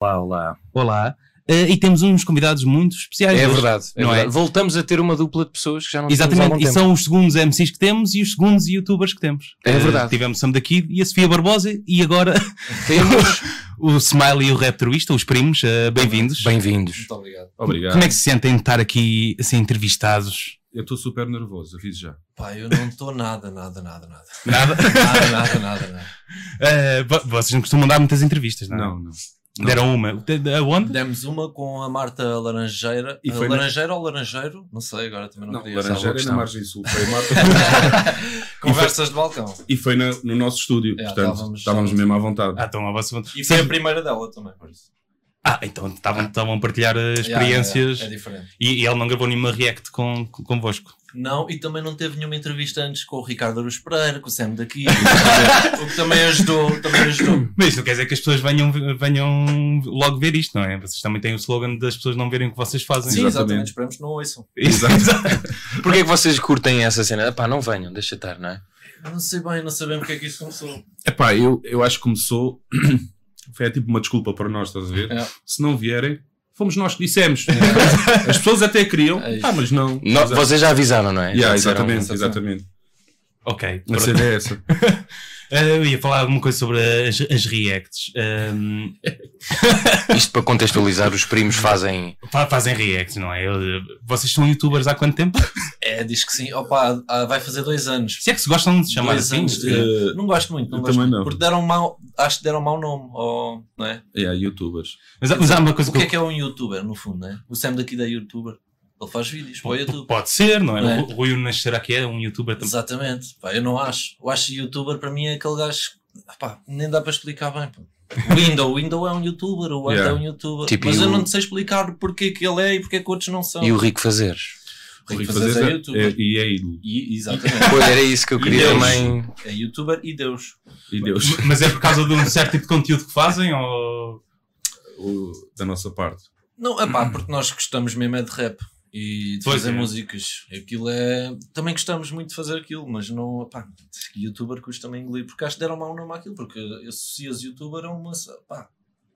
Olá. Olá. Eh, e temos uns convidados muito especiais. É hoje. verdade, é não é? verdade. Voltamos a ter uma dupla de pessoas que já não tínhamos há algum Exatamente, e tempo. são os segundos MCs que temos e os segundos youtubers que temos. É Eh, verdade. Tivemos Sam da Kid e a Sofia Barbosa e agora Temos- o Smile e o Raptorista, os primos, eh, bem-vindos. Bem-vindos. Muito obrigado. Obrigado. Como é que se sentem de estar aqui a ser entrevistados? Eu estou super nervoso, aviso já. Pá, eu não estou nada, nada, nada, nada. Nada? Nada, nada, nada, nada. Eh, vo- vocês não costumam dar muitas entrevistas, não? é? Não, não. não. Deram uma. De- de- Aonde? Demos uma com a Marta Laranjeira. Ah, E foi na- Laranjeira ou Laranjeiro? Não sei, agora também não, Não, queria Laranjeira é saber. na margem sul. Foi Marta. Conversas de balcão. e foi na- no nosso estúdio, É, portanto, estávamos- estávamos, mesmo à vontade. Ah, então, a vossa... E foi a primeira dela também, por isso. ah, então estavam, estavam a partilhar eh, Yeah, yeah, experiências É diferente. E, e ele não gravou nenhuma react com, com, convosco. Não, e também não teve nenhuma entrevista antes com o Ricardo Aruz Pereira, com o Sam daqui. o que também ajudou, também ajudou. Mas isto não quer dizer que as pessoas venham, venham logo ver isto, não é? Vocês também têm o slogan das pessoas não verem o que vocês fazem. Sim, Exatamente. exatamente. Esperamos que não ouçam. Exato. Porquê é que vocês curtem essa cena? Pá, não venham, deixa estar, não é? Eu Não sei bem, não sabemos porque é que isso começou. Epá, eu, eu acho que começou. foi tipo uma desculpa para nós, estás a ver? É. Se não vierem, fomos nós que dissemos. As pessoas até queriam, É isso. ah, mas não. Não, Exato. Vocês já avisaram, não é? Yeah, Já disseram. exatamente, disseram. exatamente. ok. A pronto. cena é essa. Ah, eu ia falar alguma coisa sobre as, as reacts. Ehm, Ahm, Isto para contextualizar, os primos fazem. fa- fazem reacts, não é? Eu- vocês são youtubers há quanto tempo? É, diz que sim. Opa, ah, vai fazer dois anos. Se é que se gostam de se chamar Dois assim. anos de- Eh, Não gosto muito, não Eu gosto também muito, não. Porque deram mau, acho que deram mau nome, ou, não é? Eh, yeah, youtubers. Mas, há- mas há uma coisa O que, que eu- é que é um youtuber, no fundo, não é? O Sam daqui da youtuber, ele faz vídeos para o YouTube. pode ser, não é? Não é? O Rui Unas será que é um youtuber também? Exatamente, pá, eu não acho. Eu acho que youtuber para mim é aquele gajo, que, pá, nem dá para explicar bem, pá. O Window, o Window é um youtuber, o Ant é Yeah. um youtuber, Tipo, mas e eu o- não sei explicar porque que ele é e porque que outros não são. E o Rico fazeres? O Rico Fazeres Fazeres é youtuber. é- e é ídolo. E, exatamente, Pois era isso que eu queria Deus. também. é youtuber e Deus. E Deus, Mas é por causa de um certo tipo de conteúdo que fazem ou. o- da nossa parte. Não, é pá, porque nós gostamos mesmo é de rap e de Pois fazer é. músicas. Aquilo é. Também gostamos muito de fazer aquilo, mas não. Pá, youtuber custa-me engolir, porque acho que deram mau nome àquilo, porque associas youtuber a uma. Pá,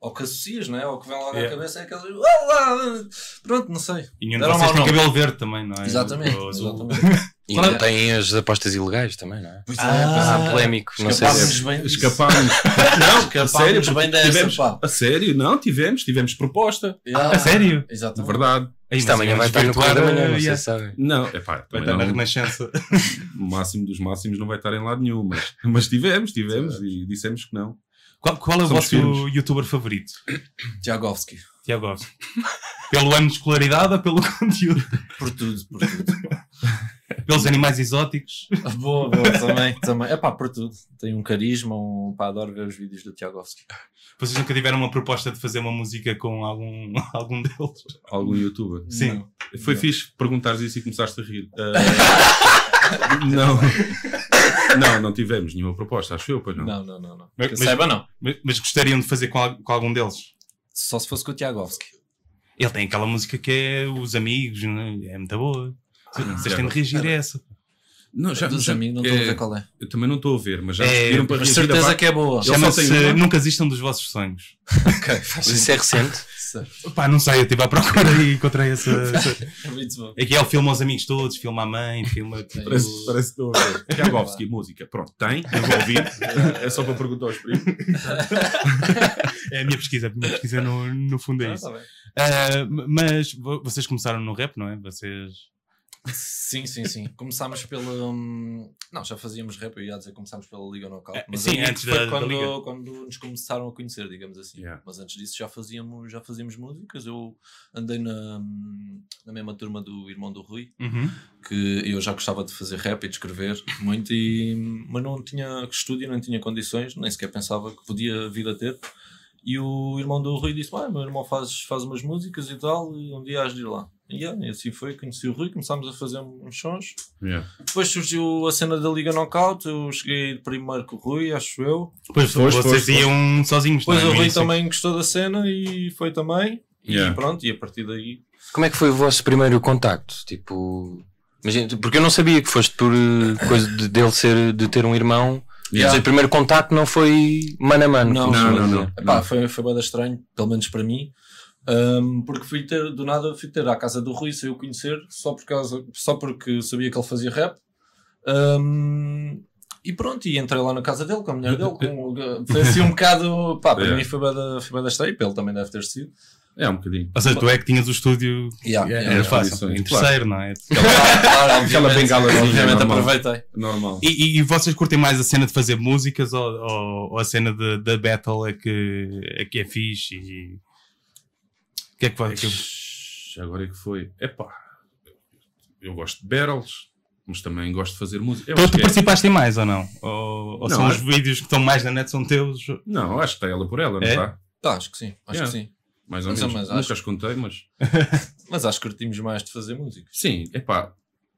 ou que associas, não é? Ou que vem logo Yeah. à cabeça é aquelas. Olá! Pronto, não sei. E nenhum de Deram vocês mau tem nome. cabelo verde também, não é? Exatamente. Ou azul. exatamente. E Claro. não têm as apostas ilegais também, não é? Pois Ah, Ah, polémico, não sei se. escapámos bem. disso. Escapámos. não, a sério, Escapámos bem porque dessa, tivemos, pá. a sério, não, tivemos, tivemos proposta, A sério? na Exatamente. verdade. Aí, Isto mas amanhã iam vai estar no desvirtuar, Correio da Manhã, eh, não sei yeah. se sabem. Não, é pá, Vai também estar na não, Renascença. o máximo dos máximos não vai estar em lado nenhum, mas, mas tivemos, tivemos e dissemos que não. Qual, qual é o Somos vosso firmes. youtuber favorito? Tiagovski. Tiago Alves. Pelo ano de escolaridade ou pelo conteúdo? Por tudo, por tudo. Pelos animais exóticos? Boa, boa, também, também. É pá, por tudo. Tem um carisma, um pá, adoro ver os vídeos do Tiagovski. Vocês nunca tiveram uma proposta de fazer uma música com algum, algum deles? Algum youtuber. Sim. Não. Foi Não. fixe perguntares isso e começaste a rir. Ah, não. Não, não tivemos nenhuma proposta, acho eu, pois não. Não, não, não. não. Mas- Que eu mas- saiba, não. Mas, mas gostariam de fazer com, al- com algum deles? Só se fosse com o Tiagovski. Ele tem aquela música que é Os Amigos, não é? é muito boa. Vocês têm de reagir a essa. Não, já, Dos já- amigos, não é, estou a ver qual é. Eu também não estou a ver, mas já É, pediram para Mas reagir a certeza va- que é boa. Ele só tem Chama-se uma? Nunca Existam dos Vossos Sonhos. Ok, faz Mas Isso é recente. Pá, não sei, eu estive à procura e encontrei essa. essa- muito bom. É que ele filma os amigos todos, filma a mãe, filma. é. tipo, Parece, parece que estou a ver. Tiagovski, música. Pronto, tem, eu vou ouvir. É só para perguntar aos primos. É a minha pesquisa, a minha pesquisa no, no fundo é Ah, isso. tá bem. Ah, m- mas vo- vocês começaram no rap, não é? Vocês. Sim, sim, sim. Começámos pela. hum, Não, já fazíamos rap, eu ia dizer começámos pela Liga Knockout. É, mas sim, aí antes foi da- da quando, Liga. quando nos começaram a conhecer, digamos assim. Yeah. Mas antes disso já fazíamos, já fazíamos músicas. Eu andei na, hum, na mesma turma do irmão do Rui, que eu já gostava de fazer rap e de escrever muito, e, mas não tinha estúdio, não tinha condições, nem sequer pensava que podia vir a ter. E o irmão do Rui disse: ah, meu irmão faz, faz umas músicas e tal, e um dia has de ir lá. E, é, e assim foi, conheci o Rui, começámos a fazer uns sons. Yeah. Depois surgiu a cena da Liga Knockout, eu cheguei primeiro com o Rui, acho eu. Depois Pois, vocês pois, pois. então iam sozinhos. Depois não o é? No Rui início. também gostou da cena e foi também. Yeah. E pronto, e a partir daí. Como é que foi o vosso primeiro contacto? Tipo, imagina, porque eu não sabia que foste por eh, coisa de, dele ser, de ter um irmão Quer dizer, o primeiro contacto não foi mano a mano. Não, como se não, costuma não, dizer. não. Epá, foi, foi bada estranho, pelo menos para mim. Ahm, porque fui ter, do nada, fui ter à casa do Rui, saiu conhecer, só, por causa, só porque sabia que ele fazia rap. Ahm, e pronto, e entrei lá na casa dele, com a mulher dele. Com, foi assim um bocado. Pá, para Yeah. mim foi bada, foi bada estranho, para ele também deve ter sido. É um bocadinho. Ou seja, tu é que tinhas o estúdio. Yeah, Yeah, yeah. Era é, fácil. condições, Em claro. terceiro, não é? Claro, claro, Aquela obviamente, bengalazinha Obviamente normal. aproveitei. Normal. E, e- e vocês curtem mais a cena de fazer músicas ou, ou- ou a cena de- da battle é que, é que é fixe? E... O que é que vai. que- Shhh, Agora é que foi. Epá, eu gosto de battles, mas também gosto de fazer música. Eu Tu, acho tu que é- participaste em mais ou não? Ou, ou Não, são é- os vídeos que estão mais na net são teus? Não, acho que está ela por ela, não É? está? Tá, acho que sim, acho Yeah. que sim. Mais ou Mas- menos. mas Nunca acho- as contei, mas. Mas acho que curtimos mais de fazer música. Sim, epá.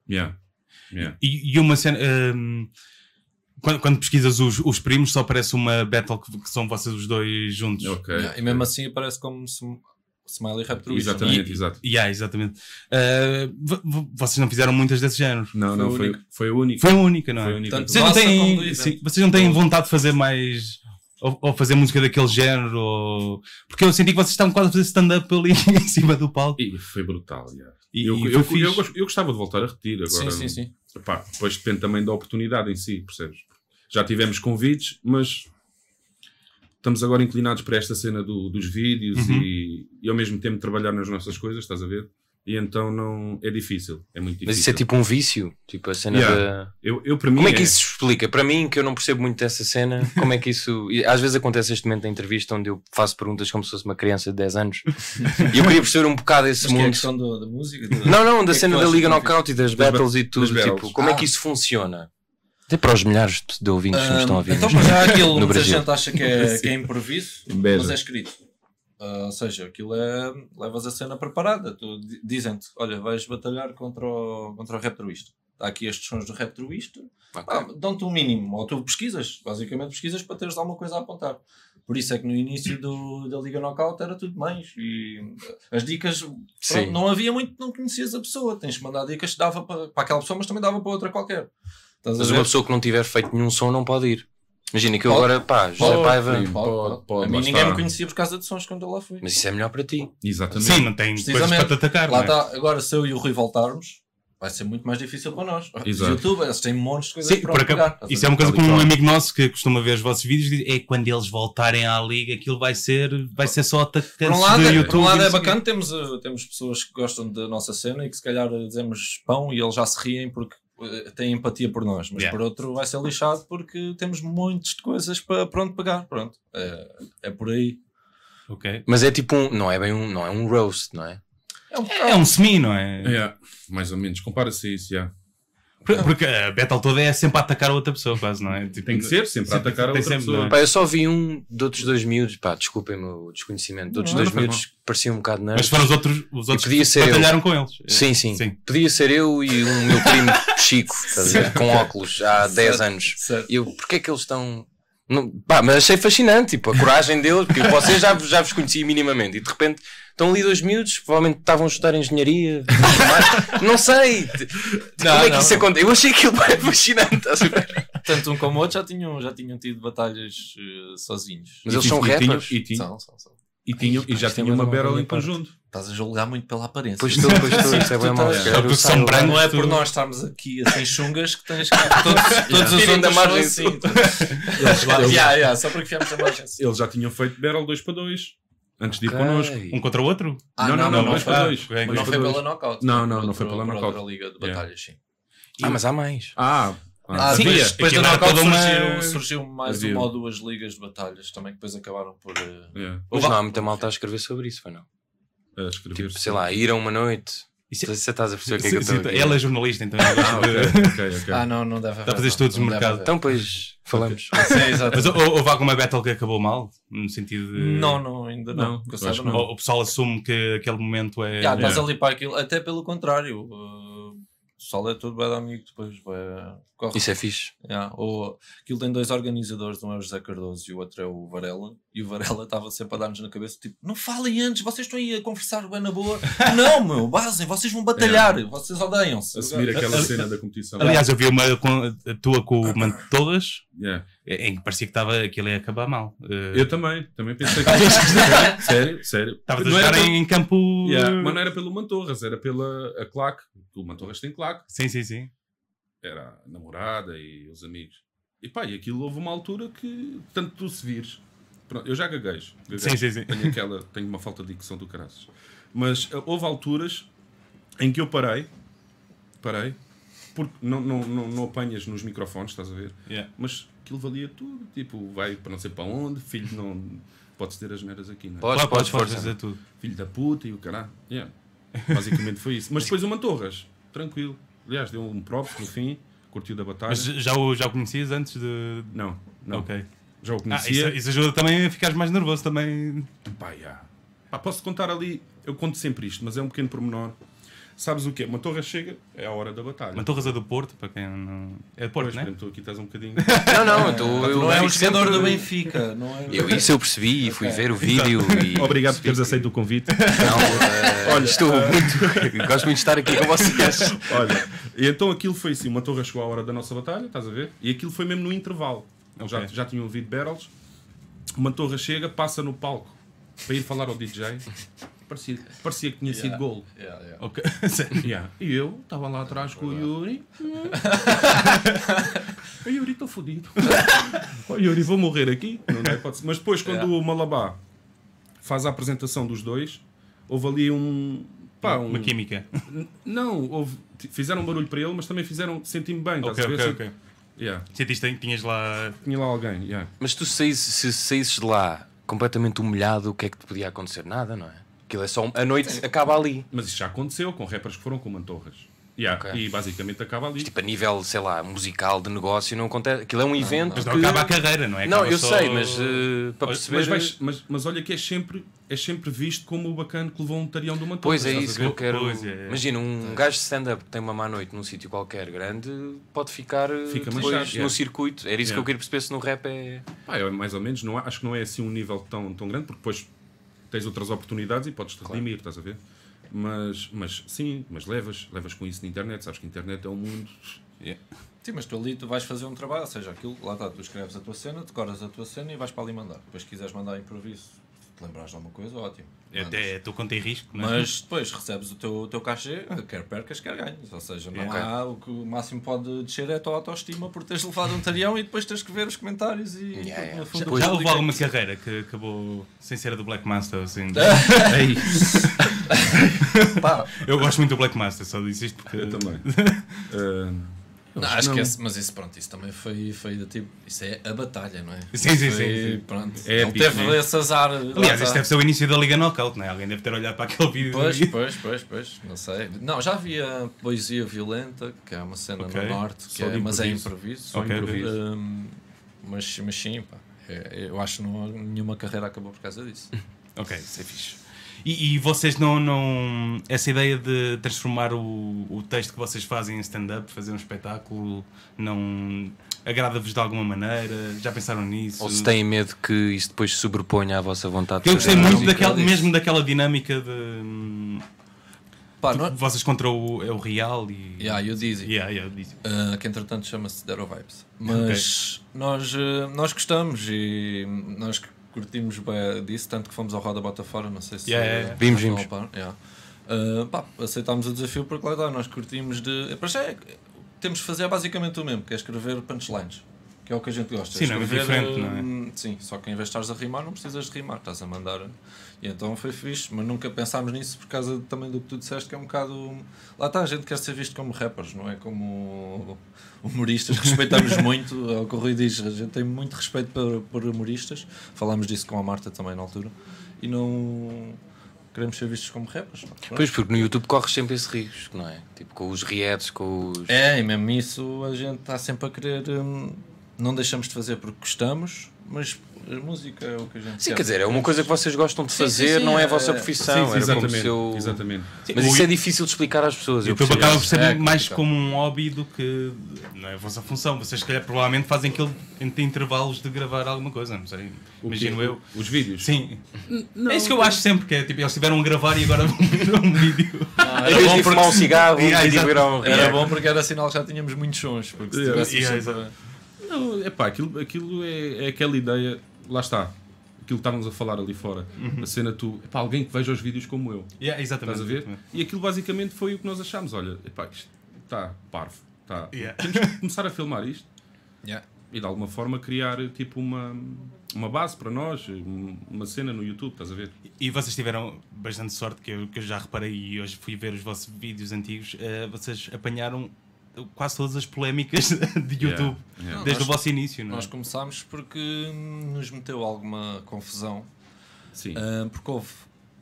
Yeah. Yeah. E, e uma cena. hum, quando, quando pesquisas os, os primos, só aparece uma battle que, que são vocês os dois juntos. Ok. Yeah, E mesmo assim aparece como Sm- Smiley Rap Truism, não é? é. Exatamente, exato. Yeah, exatamente. Uh, vo- vo- vocês não fizeram muitas desse género. Não, não, o foi, único. foi o único. Foi a única, não é? Foi o único. Tanto- Vocês não, Nossa, como do têm, evento. sim, vocês não têm Não. vontade de fazer mais. Ou, ou fazer música daquele género? Ou... Porque eu senti que vocês estavam quase a fazer stand-up ali em cima do palco. E foi brutal, yeah. E, eu, e eu, foi eu fixe. gos- eu gostava de voltar a repetir agora. um Sim, sim, sim. Epá, depois depende também da oportunidade em si, percebes? Já tivemos convites, mas estamos agora inclinados para esta cena do- dos vídeos Uhum. e, e ao mesmo tempo trabalhar nas nossas coisas, estás a ver? E então não é difícil, é muito difícil. Mas isso é tipo um vício. Tipo a cena Yeah. da. eu, eu, para mim Como é que isso se explica? Para mim, que eu não percebo muito dessa cena, como é que isso. e Às vezes acontece este momento da entrevista onde eu faço perguntas como se fosse uma criança de 10 anos e eu queria perceber um bocado esse Mas que é a mundo. questão do- da música? do- Não, não, da que é que cena tu da achas Liga que não fica? Knockout e das Das ba- battles e tudo. das battles. Tipo, como é que Ah. isso funciona? Até para os milhares de ouvintes que nos estão a Ah, ouvir. Então, neste mas já No aquilo muita Brasil. gente acha que é, que é improviso, Inveja. mas é escrito. Ah, ou seja, aquilo é. levas a cena preparada. Tu di- Dizem-te, olha, vais batalhar contra o, contra o Raptorista. Há aqui estes sons do Raptorista. momento. Pá, Dão-te um mínimo, ou tu pesquisas, basicamente pesquisas para teres alguma coisa a apontar. Por isso é que no início do, da Liga Knockout era tudo mais. E as dicas, pronto, Sim. não havia muito, não conhecias a pessoa. Tens que mandar dicas que dava para, para aquela pessoa, mas também dava para outra qualquer. Estás a Mas ver? uma pessoa que não tiver feito nenhum som não pode ir. Imagina que eu Pode. agora, pá, José Pode. Paiva. Pode, Sim. Pode, pode. pode, a mim lá ninguém está. me conhecia por causa de sons quando eu lá fui. Mas isso é melhor para ti. Exatamente. Sim, não tem coisas para te Precisamente. atacar. lá não é? está, agora se eu e o Rui voltarmos, vai ser muito mais difícil para nós. Os Exato. youtubers têm montes de coisas Sim, para por acaso, procurar. isso é uma coisa que um Tal e qual. amigo nosso que costuma ver os vossos vídeos diz, é quando eles voltarem à liga aquilo vai ser, vai ser só Por atacantes um lado, do é, YouTube. por um e lado não é sei o quê. bacana, temos, eh, temos pessoas que gostam da nossa cena e que se calhar eh, dizemos pão e eles já se riem porque eh, têm empatia por nós, mas Yeah. por outro vai ser lixado porque temos montes de coisas para para onde pegar, pronto, é, é por aí. Ok. Mas é tipo um. Não é bem um. Não é um roast, não é? É um É um semi, não é? Yeah, mais ou menos, compara-se a isso, yeah. Por- Porque a battle toda é sempre a atacar a outra pessoa, quase, não é? Tipo, Tem que ser, sempre a Sempre- atacar a tem outra sempre, pessoa. não é? Pá, eu só vi um de outros dois miúdos, pá, desculpem-me o desconhecimento, de outros Não, dois não faz miúdos que pareciam um bocado Mas nerds. foram os outros, os outros podia que ser eu. batalharam com eles. Sim, sim, Sim. Podia ser eu e o meu primo Chico, estás a ver, com óculos, há 10 anos. certo. E eu, porquê é que eles estão. Não, pá, mas achei fascinante, tipo, a coragem deles, porque vocês já, vos- já vos conheciam minimamente e de repente estão ali dois miúdos, provavelmente estavam a estudar engenharia, não sei. de- de Não, como é que não, isso não. acontece? Eu achei aquilo pá, fascinante, estás a ver? Tanto um como o outro já tinham, já tinham tido batalhas eh, sozinhos. Mas E eles tinham- são e tinham- rappers. E, tinham- São, são, são. e, tinham- e já Isto é tinham uma uma barrel minha em parte. conjunto. Estás a julgar muito pela aparência. Pois tu, pois tu, isso é bem mal. Só porque são brancos. Não é por Tu- nós estarmos aqui assim chungas que tens que. Todos, todos os Tirem da outros são margem assim. sul. Claro, yeah, yeah, só porque viemos da margem sul. Eles já tinham feito barrel 2 para 2 antes de ir Ok. connosco. Um contra o outro? Ah, não, não, não, não, dois não, para ah, dois. ok. Mas Dois não para foi dois. pela knockout. Não, não, não foi Por pela outra- por knockout. outra liga de Yeah. batalhas, sim. Ah, mas há mais. Ah, Ah, ah, sim, depois, mas depois da aquilo era knockout toda uma- surgiu, surgiu mais Havia. uma ou duas ligas de batalhas também que depois acabaram por. eh, yeah. Mas não há muita malta a escrever sobre isso, foi não? A escrever. Tipo, sei lá, ir a uma noite. Isso é- Você estás a perceber o que é que eu Sim, estou sim, a dizer? Ela é jornalista, então. Ah, ok, ok, ok. Ah, não, não deve haver. a fazer não, estudos de não deve mercado. haver. Então, pois, falamos. Então- Sim, exato. Mas hou- houve alguma battle que acabou mal? No sentido de. Não, não, ainda não. Não, que eu eu saiba, acho que não. Ou o pessoal assume que aquele momento é. Já, estás Yeah. ali para aquilo. Até pelo contrário. uh, o pessoal é tudo, vai dar amigo depois. Vai, corre. Isso é fixe. Yeah, Ou, aquilo tem dois organizadores, um é o José Cardoso e o outro é o Varela. E o Varela estava sempre a dar-nos na cabeça: tipo, não falem antes, vocês estão aí a conversar bem na boa. não, meu, basem, vocês vão batalhar, vocês odeiam-se. Assumir aquela cena da competição. Aliás, eu vi uma com- a tua com o Manto Torres Yeah. em que parecia que estava, aquilo ia acabar mal. Eh, Eu também, também pensei que. sério, sério. Estavas a Não era jogar pelo- em, em campo. Yeah, mas não era pelo Mantorras, era pela a claque. O Mantorras tem claque. Sim, sim, sim. Era a namorada e os amigos. E pá, e aquilo houve uma altura que tanto tu se vires. Pronto, eu já gaguejo. gaguejo. Sim, sim, sim. Tenho aquela, tenho uma falta de dicção do caraças. Mas ah, houve alturas em que eu parei, parei, porque não, não, não, não apanhas nos microfones, estás a ver? Yeah. Mas aquilo valia tudo, tipo, vai para não sei para onde, filho, não. Podes ter as meras aqui, não é? Podes, Claro, podes, podes, força. fazer tudo. filho da puta e o caralho. Yeah. Basicamente foi isso. Mas depois o Mantorras, tranquilo. Aliás, deu um props no fim, curtiu da batalha. Mas já o, já o conhecias antes de. Não, não. Ok. Já o Ah, isso, conhecia. isso ajuda também a ficares mais nervoso também. Pá, yeah. Pá, posso contar ali, eu conto sempre isto, mas é um pequeno pormenor. Sabes o que é? Mantorras chega, é a hora da batalha. Mantorras é do Porto, para quem não. É do Porto, Pois, não é? tu aqui estás um bocadinho. Não, não, eu, tô- eu Não é um fico sempre- jogador do Benfica, não é? Eu, isso eu percebi e fui ver o vídeo e. Obrigado por teres aceito o convite. Não, eh, estou muito. Gosto muito de estar aqui com vocês. Olha, e então aquilo foi assim: uma torre chegou à hora da nossa batalha, estás a ver? E aquilo foi mesmo no intervalo. Eu Já, Ok. já tinha ouvido battles. Uma torre chega, passa no palco para ir falar ao DJ. Parecia, parecia que tinha sido gol. Yeah, yeah. Ok. Sério. Yeah. E eu estava lá atrás com o Yuri. Hum. Yuri, estou fodido. oh, Yuri, vou morrer aqui. Não dá hipótese. Mas depois, quando o Malabá faz a apresentação dos dois, houve ali um. Pá, um Uma química. não, houve- t- fizeram um barulho para ele, mas também fizeram senti-me bem. estás Ok, a ver? ok, Senti- ok. Yeah, Sentiste que tinhas lá. Tinha lá alguém. yeah. Mas tu saísse, se saísses de lá completamente humilhado, o que é que te podia acontecer? Nada, não é? Aquilo é só. um- A noite acaba ali. Mas isso já aconteceu com rappers que foram com mantorras. Yeah, Ok. E basicamente acaba ali. Tipo, a nível, sei lá, musical, de negócio, não acontece. Aquilo é um evento. Mas não que- acaba a carreira, não é? Não, Acaba eu só- sei, mas eh, para perceber. mas, vais- mas- mas olha que é sempre, é sempre visto como o bacana que levou um tarião do mantorras. Pois é estás a isso que ver? eu quero. Pois é, é. Imagina, um gajo de stand-up que tem uma má noite num sítio qualquer grande pode ficar eh, Fica depois manchado, no yeah. circuito. Era isso que Yeah. eu queria perceber se no rap é. Pá, é mais ou menos, não, há- acho que não é assim um nível tão, tão grande, porque depois tens outras oportunidades e podes te redimir, estás a ver? Mas, mas sim, mas levas, levas com isso na internet, sabes que a internet é um mundo. Sim, mas tu ali tu vais fazer um trabalho, ou seja, aquilo, lá está, tu escreves a tua cena, decoras a tua cena e vais para ali mandar. Depois, se quiseres mandar improviso, se te lembrares de alguma coisa, ótimo. É, Mandas. é, tu contei risco, não é? Mas depois recebes o teu, o teu cachê, quer percas, quer ganhas. Ou seja, não Ok. há, o que o máximo pode descer é a tua autoestima por teres levado um tarião e depois tens que ver os comentários e. Yeah, yeah. no fundo, Depois- Já houve publica- alguma carreira que acabou sem ser a do Black Master, assim. Pá, eu gosto muito do Black Master, só disse isto porque. Eu também. Ah, Não, acho não. que esse, mas esse, pronto, isso também foi, foi do tipo, isso é a batalha, não é? Sim, sim, Foi, sim, sim. Pronto, É ele épico, teve né? esse azar. Aliás, é este deve ser o início da Liga Knockout, não é? Alguém deve ter olhado para aquele vídeo. Pois, e- pois, pois, pois, não sei. Não, já havia Poesia Violenta, que é uma cena Ok. no Norte, que Só de é, mas é improviso. improviso. Só Ok, improviso. Hum, mas, mas sim, pá, é- eu acho que não, há- nenhuma carreira acabou por causa disso. Ok, isso é fixe. E, e vocês não, não. Essa ideia de transformar o, o texto que vocês fazem em stand-up, fazer um espetáculo, não. agrada-vos de alguma maneira? Já pensaram nisso? Ou se têm medo que isso depois se sobreponha à vossa vontade Eu gostei muito música? é daquela, mesmo daquela dinâmica de. hum, Pá, tipo, Ah, não, vocês contra o, é o Real e. yeah, you dizzy. Yeah, yeah, eu disse. Uh, que entretanto chama-se Dero Vibes. Mas nós, uh, nós gostamos e nós que curtimos bem disso, tanto que fomos ao Roda Bota Fora, não sei se Yeah, yeah, yeah. Vimos, não, vimos. pá, yeah. Uh, pá, aceitámos o desafio porque lá está, nós curtimos de. Para já é- temos de fazer basicamente o mesmo, que é escrever punchlines. Que é o que a gente gosta. Sim, não é muito Escrever, diferente, não é? hum, Sim, só que em vez de estares a rimar, não precisas de rimar, estás a mandar. E então foi fixe, mas nunca pensámos nisso por causa também do que tu disseste, que é um bocado. Lá está, a gente quer ser visto como rappers, não é como humoristas. Respeitamos muito, é o que o Rui diz, a gente tem muito respeito por, por humoristas. Falámos disso com a Marta também na altura. E não. Queremos ser vistos como rappers. pá, pronto. Pois, porque no YouTube corres sempre esse risco, não é? Tipo, com os rietes, com os. É, e mesmo isso a gente está sempre a querer. hum, não deixamos de fazer porque gostamos, mas a música é o que a gente Sim, quer. quer dizer, é uma coisa que vocês gostam de Sim, fazer, sim, sim, não é a é- vossa sim, profissão. sim, era exatamente. como se eu... exatamente. Mas O- isso é difícil de explicar às pessoas. Eu Eu estou percebo. acaba por ser É mais complicado. como um hobby do que não é a vossa função. Vocês, se calhar, provavelmente fazem aquele entre intervalos de gravar alguma coisa, não sei. O que- Imagino eu. Os vídeos. Sim. é isso que eu acho sempre, que é tipo, eles estiveram a gravar e agora vão ver um vídeo. Em vez de fumar um cigarro, Yeah, e Ah, exato. virar um Era bom porque era sinal que já tínhamos muitos sons. Porque se assim, eh, Yeah, tivéssemos yeah, sempre- Não, é pá, aquilo, aquilo é, é aquela ideia, lá está, aquilo que estávamos a falar ali fora. A cena, tu, é pá, alguém que veja os vídeos como eu, Yeah, exatamente. estás a ver? E aquilo basicamente foi o que nós achámos: olha, é pá, isto está parvo, está. Yeah. Começar a filmar isto e de alguma forma criar tipo uma, uma base para nós, um- uma cena no YouTube, estás a ver? E vocês tiveram bastante sorte, que eu, que eu já reparei e hoje fui ver os vossos vídeos antigos. eh, vocês apanharam quase todas as polémicas de YouTube Yeah, yeah. desde Nós- o vosso início, não é? Nós começámos porque hum, nos meteu alguma confusão. Sim, ah, porque houve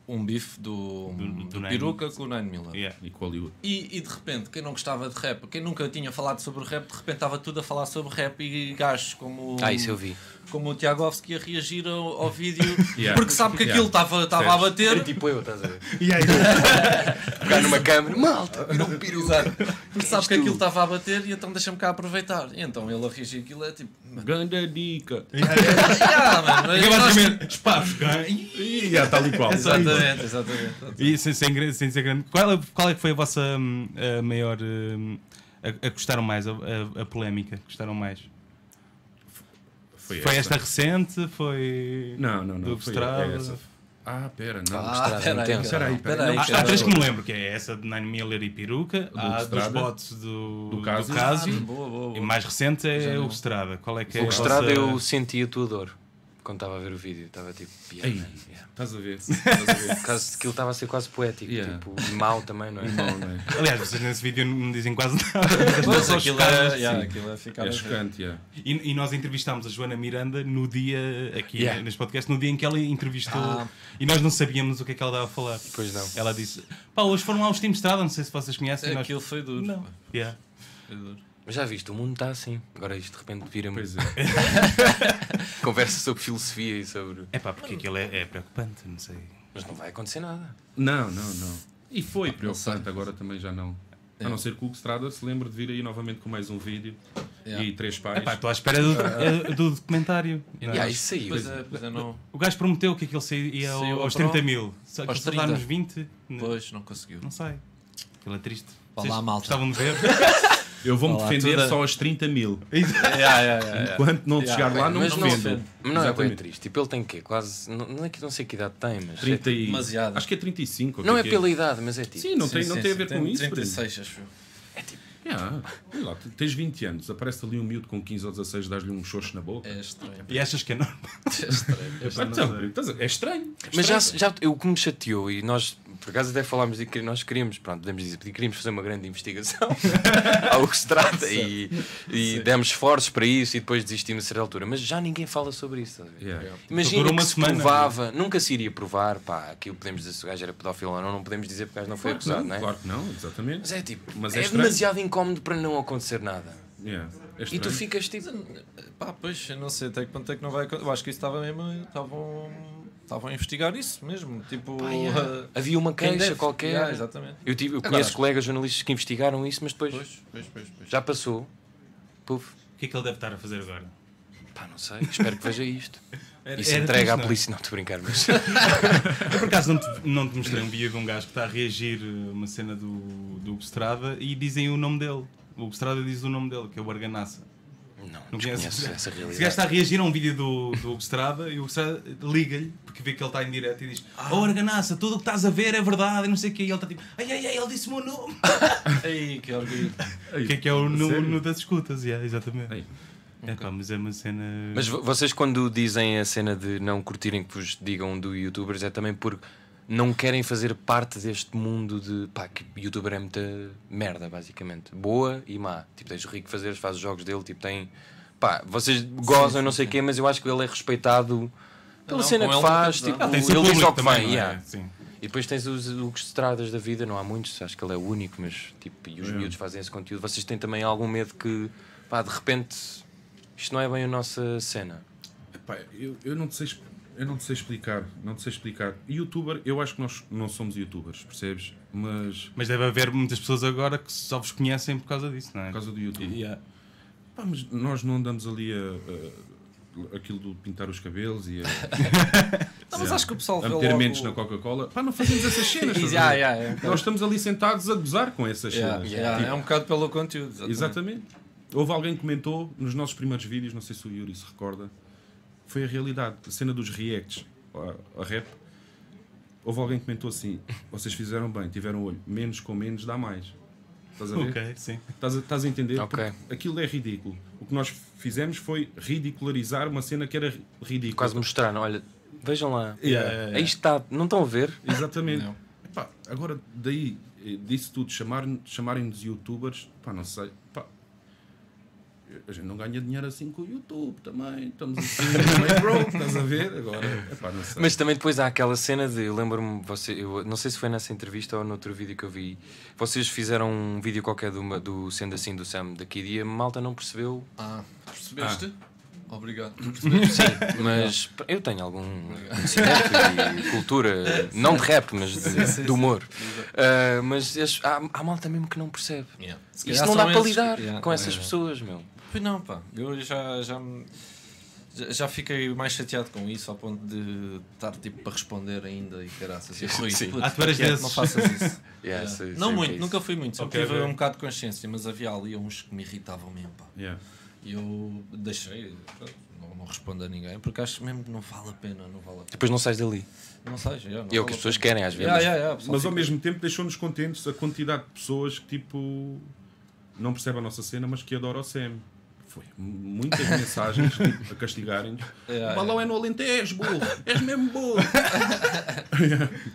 um bife do, Do- do do Nine. Peruca com o Nine Miller. Yeah. e com Hollywood. E, e de repente, quem não gostava de rap, quem nunca tinha falado sobre rap, de repente estava tudo a falar sobre rap e gajos como, Ah, isso eu vi. como o Tiagovski a reagir ao, ao vídeo Yeah. porque sabe que aquilo estava estava a Era bater. tipo eu, estás a ver? Yeah. Pegar numa câmera, malta, virou um peru. Porque sabe que aquilo estava a bater e então deixa-me cá aproveitar. E então ele a reagir aquilo é tipo. Grande dica! "Ah, mano, Que é nós- basicamente espaços, cara. E é tal e qual. Exatamente, exatamente. E sem, sem, gran- sem ser grande. Qual é, qual é que foi a vossa hum, a maior. hum, a, a que gostaram mais, a, a, a polémica que gostaram mais? é Foi esta recente? Foi. Não, não, não. do Foi Estrada? essa. Ah, pera, não. Ah, Estrada peraí, intensa. caralho, Peraí, peraí. peraí, Há, há caralho. três que me lembro, que é essa de Nine Miller e Peruca, há a dos Estrada, bots do, do do Casio, Casio. Ah, Boa, boa, e boa. mais recente é não. o Estrada. Qual é que é O a estrada vossa- eu senti a tua dor quando estava a ver o vídeo. Estava tipo, yeah, Ei. man, yeah. Estás a ver? Estás a ver? É Por causa daquilo estava a ser quase poético, Yeah. tipo, e mau também, não é? Não, não é? Aliás, vocês nesse vídeo não me dizem quase nada. Mas aquilo é, yeah, sim. aquilo é ficar É a ver. chocante, é. E, e nós entrevistámos a Joana Miranda no dia, aqui Yeah. neste podcast, no dia em que ela entrevistou Ah. e nós não sabíamos o que é que ela estava a falar. Pois não. Ela disse: pá, hoje foram lá os Team Estrada, não sei se vocês conhecem. nós- Aquilo foi duro. Não. Yeah. Foi duro. Mas já viste, o mundo está assim. Agora isto de repente vira-me Pois é. conversa sobre filosofia e sobre. É pá, porque aquilo é, é preocupante, não sei. Mas não vai acontecer nada. Não, não, não. E foi preocupante, agora também já não. A não ser que o Hugo Estrada se lembre de vir aí novamente com mais um vídeo Yeah. e três É pais. pá, estou à espera do, é, do documentário. E yeah, isso saiu. Pois é, pois é, não. O gajo prometeu que aquilo saía Saiu ao- ao aos pro- 30 mil, só que aos só dá nos 30. 20, não- Pois, não conseguiu. não sei. Aquilo é triste. Vá Vocês lá, malta. Gostavam de ver. Eu vou-me Olá, defender toda- só aos 30 mil. É, Yeah, yeah, yeah, yeah. Enquanto não Yeah, chegar bem, lá, não me mas não, defendo. mas não é bem Exatamente. triste. Tipo, ele tem quê? Quase. Não, não é que não sei que idade tem, mas. 30 e... Demasiado. Acho que é 35. ou Não que é pela idade, mas é tipo. Sim, não, Sim, tem, não sim, tem a sim, ver com isso. primo. 36, acho eu. Yeah. Olha lá, tu tens 20 anos, aparece ali um miúdo com 15 ou 16, dás-lhe um xoxo na boca. É estranho. e achas que é normal? É estranho. É, pá, então, primo, estás a- é estranho. Mas já, já o que me chateou, e nós por acaso até falámos de que nós queríamos, pronto, podemos dizer, queríamos fazer uma grande investigação ao que se trata e, e demos esforços para isso e depois desistimos a certa altura. Mas já ninguém fala sobre isso. estás a ver? Yeah. Imagina Durou que uma se semana, provava, nunca se iria provar, pá, aquilo podemos dizer se o gajo era pedófilo ou não, não podemos dizer porque o gajo não foi acusado, não, não é? Claro que não, exatamente. Mas é tipo, Mas é é, estranho. demasiado incómodo para não acontecer nada. Yeah, é E tu estranho. ficas tipo, Pá, pois, eu não sei até que ponto é que não vai. acon- Eu acho que isso estava mesmo. Estavam. Estavam a investigar isso mesmo. Tipo. pá, yeah. ah, havia uma quem queixa deve. qualquer. Yeah, exatamente. Eu, tive, eu Agora, conheço acho- colegas jornalistas que investigaram isso, mas depois Pois, pois, pois. pois. já passou. Puf. O que é que ele deve estar a fazer agora? Pá, não sei, espero que veja isto. Era- e se era entrega fixe, à não é? polícia, não estou a brincar, mas. Eu por acaso não te, não te mostrei um vídeo de um gajo que está a reagir a uma cena do, do Hugo Estrada e dizem o nome dele. O Hugo Estrada diz o nome dele, que é o Barganassa. Não, Não não conheces? conheço essa Esse gajo está realidade. a reagir a um vídeo do, do Hugo Estrada e o Hugo Estrada liga-lhe porque vê que ele está em direto e diz: Ah. Oh, Arganassa, tudo o que estás a ver é verdade, e não sei o quê. E ele está tipo: Ai, ai, ai, ele disse o meu nome. Ei, que orgulho. Ei, O que é que é o nu, sério? nu das escutas? Yeah, exatamente. Ei. É pá, mas é uma cena. Mas vo- vocês, quando dizem a cena de não curtirem que vos digam do youtubers, é também porque não querem fazer parte deste mundo de. pá, que youtuber é muita merda, basicamente. Boa e má. Tipo, tens o rico fazer, faz os jogos dele, tipo, tem. pá, vocês gozam, não sei o quê, mas eu acho que ele é respeitado. Pela Não, cena com que ele nunca faz, te dá. tipo, Ele tem ele seu diz público ao que também, vem, não é? yeah. Sim. E depois tens os, os estradas da vida, não há muitos, acho que ele é o único, mas tipo, e os miúdos fazem esse conteúdo. Vocês têm também algum medo que, pá, de repente, isto não é bem a nossa cena? Epá, eu, eu não te sei, exp- eu não te sei explicar, não te sei explicar. Youtuber, eu acho que nós não somos youtubers, percebes? Mas Mas deve haver muitas pessoas agora que só vos conhecem por causa disso, não é? por causa do YouTube. Yeah. Pá, mas nós não andamos ali a, a- aquilo do pintar os cabelos e a, Não, mas acho que o pessoal a vê meter logo... mentes na Coca-cola. Pá, não fazemos essas cenas. estás Yeah, a ver? yeah, é um bocado- Nós estamos ali sentados a gozar com essas yeah, cenas. yeah, Tipo, É um bocado pelo conteúdo. Exatamente. Houve alguém que comentou nos nossos primeiros vídeos, não sei se o Yuri se recorda, foi a realidade, a cena dos reacts a, a rap. Houve alguém que comentou assim: vocês fizeram bem, tiveram olho, menos com menos dá mais. Estás a ver? Ok, sim. Estás a, estás a entender? Ok. Porque Aquilo é ridículo. O que nós fizemos foi ridicularizar uma cena que era ri- ridícula. Quase mostraram, olha, vejam lá. Yeah. Yeah. Aí está, não estão a ver? Exatamente. Não. Epá, agora, daí, eh, disso tudo, chamar- chamarem-nos youtubers, pá, não sei. Pá, a gente não ganha dinheiro assim com o YouTube também. Estamos assim, meio broke, estás a ver? Agora, epá, não sei. Mas também depois há aquela cena de, eu lembro-me, você, eu não sei se foi nessa entrevista ou noutro vídeo que eu vi, vocês fizeram um vídeo qualquer do, do Sendo Assim do Sam daqui e a malta não percebeu, Ah, Hum. percebeste? Obrigado. mas pr- eu tenho algum conhecimento e cultura, não de rap, mas de, de humor. Ah, mas eles- há, há malta mesmo que não percebe. Yeah. Se Isso calhar não dá são para esses que- lidar Yeah, com yeah. essas pessoas, meu. Pois não, pá. Eu já, já, me- já, já fiquei mais chateado com isso, ao ponto de estar tipo para responder ainda e caraças. E, Rui, Sim. puto, Ah, tu eras quieto, desses. Não faças isso. Yeah, Yeah. sei- sei o não que é muito, isso. nunca fui muito. Sempre Ok, tive ok. um bocado de consciência, mas havia ali uns que me irritavam mesmo, pá. Yeah. E eu deixei, pronto, não, não respondo a ninguém, porque acho mesmo que não vale a pena, não vale a pena. Depois não sais dali. Não sei, já, não E é o vale que a as pessoas pena. querem às vezes. Yeah, yeah, yeah, o pessoal Mas ao fica- mesmo tempo deixou-nos contentes a quantidade de pessoas que tipo não percebe a nossa cena, mas que adora o Sam. Foi m- muitas mensagens tipo, a castigarem-nos. É, o balão é. no Alentejo, burro! És mesmo burro!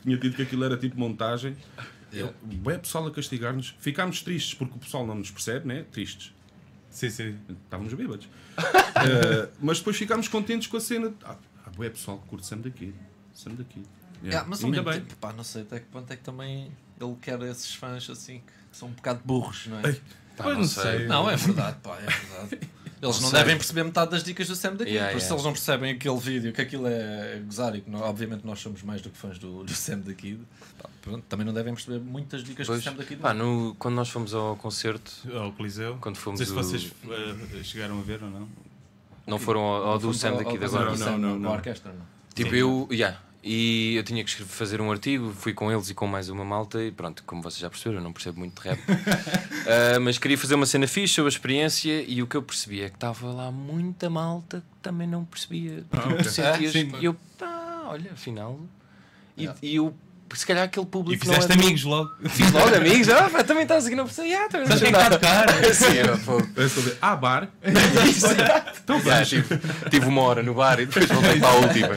Tinha dito que aquilo era tipo montagem. É. Eu, bem, pessoal a castigar-nos. Ficámos tristes porque o pessoal não nos percebe, né? Tristes. Sim, sim. Estávamos bêbados. Eh, mas depois ficámos contentes com a cena. Ah, ah bué pessoal que curte Sam daqui. Sam daqui. Yeah, Yeah. Ah, mas ao Ainda mesmo bem. tempo, pá, não sei até que ponto é que também ele quer esses fãs assim que são um bocado burros, não é? Pá, Pois não sei. Não, é verdade, pá, é verdade. Eles não sei. devem perceber metade das dicas do Sam daqui, Yeah, porque yeah. se eles não percebem aquele vídeo, que aquilo é gozar e que nó- obviamente nós somos mais do que fãs do, do Sam daqui, pá, pronto, também não devem perceber muitas dicas Pois, do Sam daqui. pá, no- quando nós fomos ao concerto, Ao Coliseu. Quando fomos Não sei se o- vocês eh, chegaram a ver ou não. não foram ao, ao do Sam daqui de agora. Não, não, não, não. A orquestra, não. Tipo, eu, yeah, e eu tinha que escrever- fazer um artigo, fui com eles e com mais uma malta, e pronto, como vocês já perceberam, eu não percebo muito de rap. Ah, mas queria fazer uma cena fixe sobre a experiência, e o que eu percebi é que estava lá muita malta que também não percebia. Ah, Não ok. sentias- Ah, sim. e eu, pá, olha, afinal. E, e eu, se calhar aquele E público. fizeste não é... amigos logo. Fiz logo amigos, ah, pá, também estás aqui, não percebi. Yeah, também Sabes quem não está a percebo tocar? é nada. Sim, eu, pô, Eu sou de- Ah, bar. então tive, tive uma hora no bar e depois voltei para a última.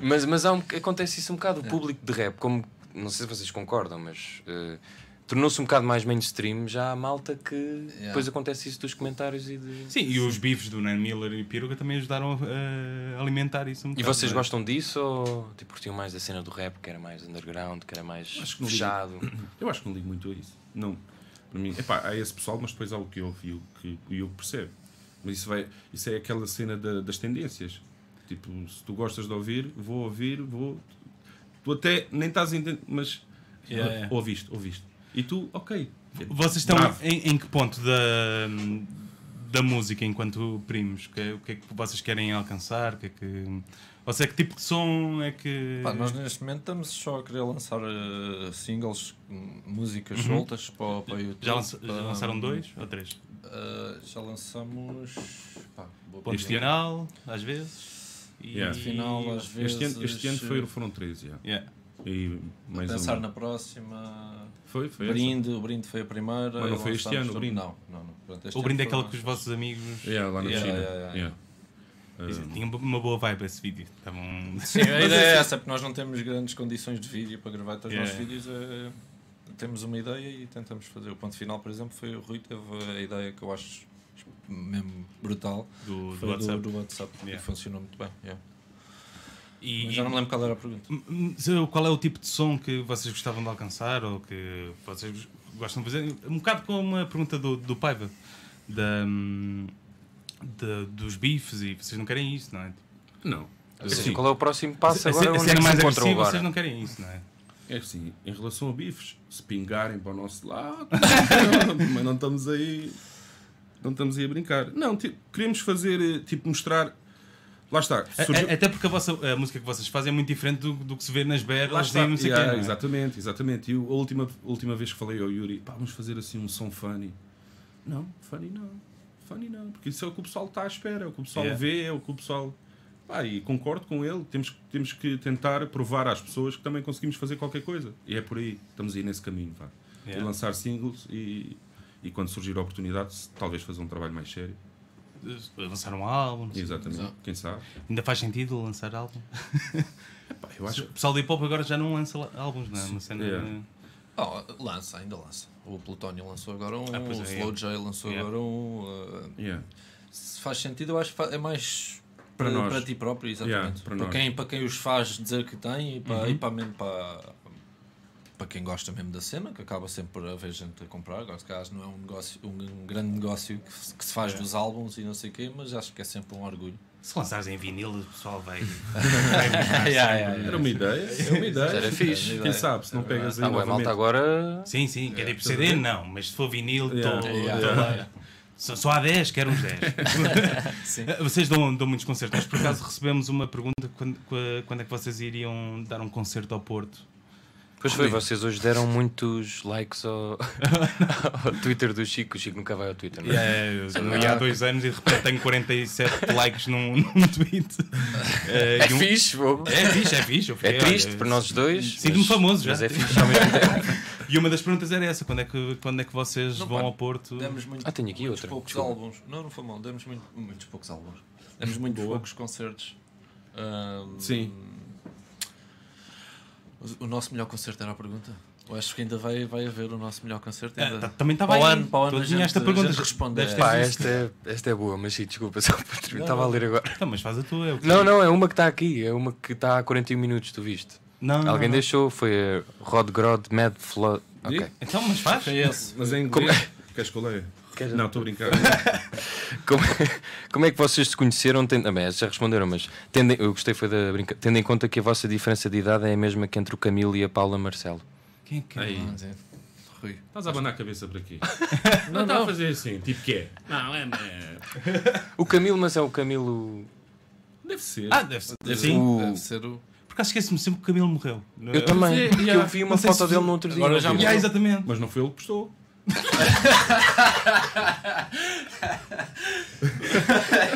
Mas, mas há um, acontece isso um bocado. O público de rap, como não sei se vocês concordam, mas eh, tornou-se um bocado mais mainstream. Já há malta que depois acontece isso dos comentários e de. Sim, e os bifes do Nan Miller e Piruga também ajudaram a, a alimentar isso um E bocado, vocês não é? gostam disso ou tipo, curtiam mais da cena do rap, que era mais underground, que era mais Acho que não fechado? Eu acho que não ligo muito a isso. Não. Para mim, epá, há esse pessoal, mas depois há o que eu ouvi e o que e o que percebo. Mas isso, vai, isso é aquela cena da- das tendências. Tipo, se tu gostas de ouvir, vou ouvir, vou. Tu até nem estás a entender, mas Yeah, yeah. ouviste, ouviste. E tu, ok. Vocês estão Bravo. em, em que ponto da, da música enquanto primos? Que- o que é que vocês querem alcançar? O que é que, ou seja, que tipo de som é que. Pá, nós neste momento estamos só a querer lançar eh, singles, m- músicas soltas para, o- para o YouTube. já, lança- já para- lançaram dois ou três? eh, já lançamos. Pá, boa Ponto pergunta. final, às vezes. E Yeah. Final, às vezes. eh, Este ano, este ano foi- foram 13, já. Yeah. E mais Pensar um. na próxima. Foi, foi. essa. brinde, o brinde foi a primeira. Mas não foi este lançámos ano o tudo- brinde? Não, não, não. Pronto, este O ano brinde é foram aquele que os vossos amigos. Yeah, lá na Yeah, China. yeah, yeah. Yeah. Eh, Dizem, Tinha uma- uma boa vibe esse vídeo. tá Estavam. Sim, a ideia é essa, porque nós não temos grandes condições de vídeo para gravar, então os Yeah. nossos vídeos eh, temos uma ideia e tentamos fazer. O ponto final, por exemplo, foi o Rui teve a ideia que eu acho mesmo brutal. Do, do Foi WhatsApp. do, do WhatsApp Yeah. e funcionou muito bem. yeah. E, Mas já não me lembro qual era a pergunta. Hum, hum, Qual é o tipo de som que vocês gostavam de alcançar ou que vocês gostam de fazer? Um bocado como a pergunta do, do Paiva, da, hum, da- dos bifes, e vocês não querem isso, não é? Não. Ou seja, Sim. qual é o próximo passo A agora? cena- a um Onde é cena que se mais encontram agressiva, vocês agora? não querem isso, não é? É assim, em relação a bifes, se pingarem para o nosso lado, mas não estamos aí. Não estamos aí a brincar. Não, ti- queremos fazer, eh, tipo, mostrar. Lá está. A- a- surgiu- Até porque a, vossa, a música que vocês fazem é muito diferente do, do que se vê nas lá berlas e está. não sei o Yeah, quê, não é? Exatamente, exatamente. E o- a última, a última vez que falei ao Yuri, pá, vamos fazer assim um som funny. Não, funny não. Funny não, porque isso é o que o pessoal está à espera, é o que o pessoal Yeah. vê, é o que o pessoal. Pá, e concordo com ele, temos, que- temos que tentar provar às pessoas que também conseguimos fazer qualquer coisa. E é por aí, estamos aí nesse caminho. Pá. Yeah. E lançar singles e, e quando surgir a oportunidade, se- talvez fazer um trabalho mais sério. Lançar um álbum. não sei. Exatamente, Exato. quem sabe. Ainda faz sentido lançar álbum? Pá, eu acho O pessoal de hip hop agora já não lança lá- álbuns, não é? Uma cena. Yeah. de- Ah, Oh, lança, ainda lança. O Plutónio lançou agora um, Ah, pois o é, Slow J lançou Yeah. agora um. que. Yeah. ah, se faz sentido, eu acho que fa- é mais Para para, nós. para ti próprio, exatamente. Yeah, para para, nós. Uhum. quem, para quem os faz dizer que tem e para, e para mesmo para. Para quem gosta mesmo da cena, que acaba sempre por haver gente a comprar, agora se calhar não é um, negócio, um grande negócio que se, que se faz dos álbuns e não sei o quê, mas acho que é sempre um orgulho. Se lançares em vinil, o pessoal vai. Era uma ideia, é uma ideia. Era fixe. Quem sabe, se não pegas aí Ah, ué, novamente. malta agora. Sim, sim, É, quer tipo CD, não, mas se for vinil, estou Yeah. Yeah. lá. Só, só há 10, quero uns 10. Eh, vocês dão, dão muitos concertos. Nós, por acaso, recebemos uma pergunta: quando, qua- quando é que vocês iriam dar um concerto ao Porto? Pois foi, vocês hoje deram muitos likes ao, ao Twitter do Chico. O Chico nunca vai ao Twitter, não é? eu ia há dois anos e de repente tenho 47 likes num, num tweet. Eh, É e um- fixe, bobo. É fixe, é fixe. eu É fiquei, triste olha, para nós dois. Sinto-me mas- famoso já. Mas é fixe ao mesmo tempo. E uma das perguntas era essa: quando é que, quando é que vocês vão ao Porto? Demos muito, Ah, tenho aqui muitos outra, poucos desculpa. álbuns. Não, não foi mal. Demos muito, muitos poucos álbuns. Demos muito poucos concertos. Ahm, Sim. O, o nosso melhor concerto era a pergunta? Eu acho que ainda vai, vai haver o nosso melhor concerto. Ah, Ainda. tá- também estava Para o aí. ano, para o ano Tu a tinha gente- esta a pergunta. gente responde deves a- ter Pá, visto. esta é, esta é boa, mas sim, desculpa, só para terminar. Estava a ler agora. Então, mas faz a tua. eu- Não, não, é uma que está aqui, é uma que está há 41 minutos, tu viste? Não, não, Alguém não. deixou, foi a Rod Grod Mad Flood. Ok. Então, mas faz. É esse. Mas em Como- inglês. é? Queres que eu leia? Queres- Não, estou a brincar. Como, como é que vocês se conheceram? Tendo, ah, bem, já responderam, mas tendo, eu gostei foi da brinca, tendo em conta que a vossa diferença de idade é a mesma que entre o Camilo e a Paula Marcelo. Quem é que Aí. Mas é. Rui. Estás a abanar a cabeça para aqui. Não está a fazer assim, tipo que é? Não, é. é- O Camilo, mas é o Camilo. Deve ser. Ah, deve ser. Sim. O- Deve ser o. Por acaso esqueci-me sempre que o Camilo morreu. Eu também, sei, porque yeah. eu vi uma Não sei foto se- dele no outro dia. agora já não vi? Yeah, exatamente. Mas não foi ele que postou.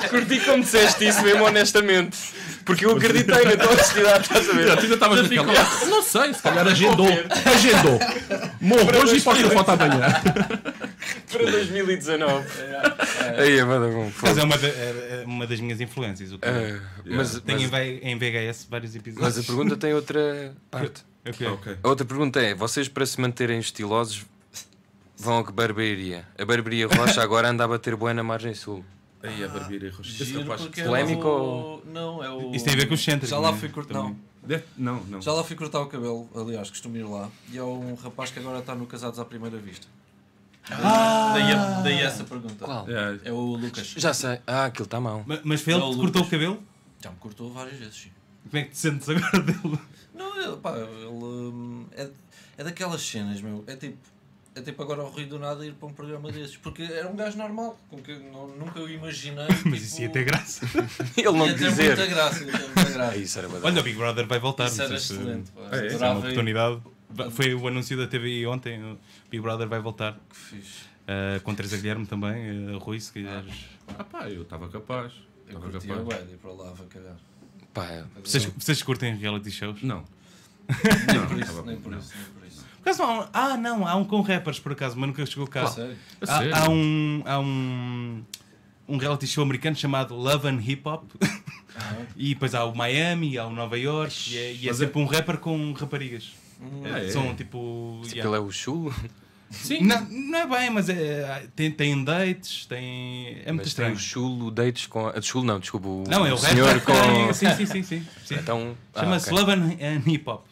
Curti como disseste isso mesmo honestamente. Porque eu acreditei na tua honestidade, estás a ver? ainda estavas naquela. Não sei, se calhar agendou. Agendou. Morro hoje e posta a foto amanhã. Para 2019. Aí é bada com Mas fogo. é uma, da- é- é uma das minhas influências. O Ah, Camilo. mas, É. Tenho em mas, V- em VHS vários episódios. mas a pergunta tem outra parte. É o quê? Ok. A outra pergunta é: vocês para se manterem estilosos vão a que barbearia? A barbearia Rocha agora anda a bater boa na margem sul. Aí a barbeira erros. Giro porque é Polémico o- Não, é o. Isso tem a ver com o Centro. Já lá né? fui curtar. Também. Não, Deve- Não, não. já lá fui cortar o cabelo. Aliás, costumo ir lá. E é um rapaz que agora está no Casados à Primeira Vista. Daí, daí- daí essa pergunta. Ah! Qual? É, É o Lucas. Já sei. Ah, aquilo está mal. Ma- Mas foi ele É o que te cortou Lucas. o cabelo? Já me cortou várias vezes. sim. Como é que te sentes agora dele? Não, ele, pá, ele. hum, É, é daquelas cenas, meu. É tipo. É tipo agora o Rui do nada ir para um programa desses. Porque era um gajo normal, com que eu não- nunca o imaginei. tipo, Mas isso ia ter graça. Ele não ia ter dizer. muita graça. Ia ter muita Ah, graça. isso era badalho. Olha, o Big Brother vai voltar. Isso não era sei se- excelente. Pá. Ah, é? se é uma Adorava ir. oportunidade. Va- Foi o anúncio da TVI ontem. O Big Brother vai voltar. Que fixe. Uh, com Teresa Guilherme também. Uh, Rui, se quiseres. Ah pá, eu estava capaz. Eu Estava curtia capaz. bué de ir para lá, vou cagar. Pá, Vocês, vocês curtem reality shows? Não. Nem Não, por tava isso, nem bom, por não. isso, nem por isso. Por acaso não há um- ah, não, há um com rappers por acaso, mas nunca chegou cá. A sério? A sério? Há, há um. Há um um reality show americano chamado Love and Hip Hop e depois há o Miami, há o Nova York e é, e é Mas é- sempre um rapper com raparigas Ah, é? são tipo tipo, yeah. ele é o chulo. Sim. Não, não é bem, mas é, tem, tem dates, tem. É muito Mas tem estranho. o chulo dates com. A... Chulo não, desculpa. O, Não, é o o senhor rap. com. Sim, sim, sim. sim, sim. Então. ah, Chama-se ok. Love and, and Hip Hop.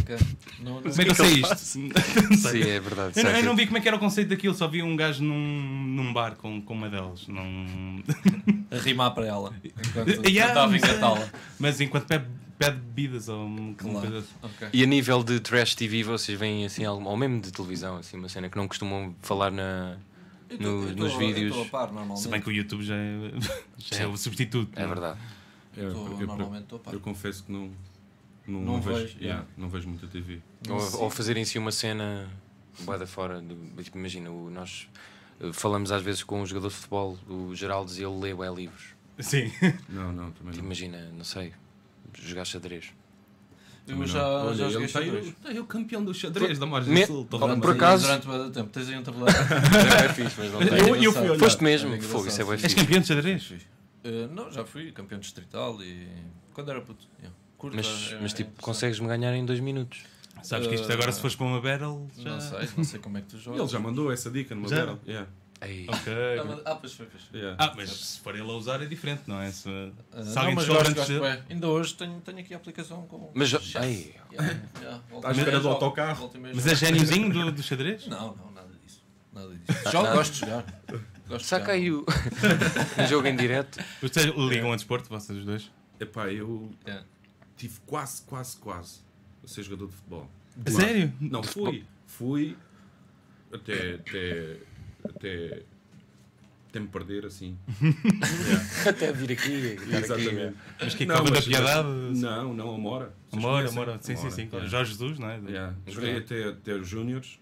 Ok. Não, não- Como é que eu sei isto? Não sei. Sim, é verdade. Eu, não- sabe? eu não vi como é que era o conceito daquilo, só vi um gajo num, num bar com, com uma delas. Num... A rimar para ela. Enquanto Yeah, tentava mas- engatá-la. Mas enquanto pede, pede bebidas ou uma coisa Claro. assim. Ok. E a nível de trash TV, vocês veem assim, algum, ou mesmo de televisão, assim, uma cena que não costumam falar na, Eu tô- no- eu tô- nos vídeos. Eu estou a par, Se bem normalmente. que o YouTube já é, já é Sim. o substituto. É não verdade. Eu, Tô- eu- eu- normalmente estou a par. eu confesso que não. Não, Não vejo. vejo, yeah, Não vejo muita TV. Ou, ou fazerem assim uma cena boada fora. do- tipo, imagina, o, nós eh, falamos às vezes com um jogador de futebol, o Geraldo dizia: Eu leio é livros. Sim. Não, não, Uhum. também Tipo, não. Imagina, não sei, jogar xadrez. Também Eu já, não. Olha, já ele joguei está aí, xadrez. está aí o campeão do xadrez da Margem Me- Sul. Por Torrama. acaso- Durante bastante tempo. Tens aí um tabuleiro. Era fixe, mas não É tem. Eu- eu engraçado. fui olhar. Foste É mesmo? engraçado, Fogo, isso é bué sim. És fixe. campeão de xadrez? Eh, não, já fui campeão distrital e. Quando era puto. yeah. Curta, Mas, é- mas é tipo, interessante. consegues-me ganhar em dois minutos. Sabes que isto Eh, agora, se fores para uma battle. Já... Não sei, não sei como é que tu jogas. Ele já mandou essa dica numa Já? battle. Yeah, Ei, Ok. Ah, mas- Ah, pois foi, pois foi. yeah. Ah, mas se for ele a usar é diferente, não é? Se, Ah, se alguém descobre não, mas gosto, antes gosto, dele. bem. Ainda hoje tenho, tenho aqui a aplicação com. Mas, Chefe. ai, Yeah, yeah, volta Tá À e meia espera do jogo, autocarro. volta e meia Mas jogo. é gêniozinho do, do xadrez? Não, não, nada disso. Nada disso. Jogo, gosto de jogar. Gosto de já jogar. caiu. Um jogo em direto. Vocês ligam a desporto, vocês os dois? Epá, eu Yeah. tive quase, quase, quase a ser jogador de futebol. A sério? Não, fui. Fui até. até. até. até me perder assim. Yeah, Até vir aqui. é estar aqui. Exatamente. Mas que Não, acaba da mas- piedade? Não, não, Amora. Vocês Amor, conhecem? amor, sim, sim, sim. Amora, claro. yeah. Jorge Jesus, não é? Yeah. Joguei até, até os Júniores,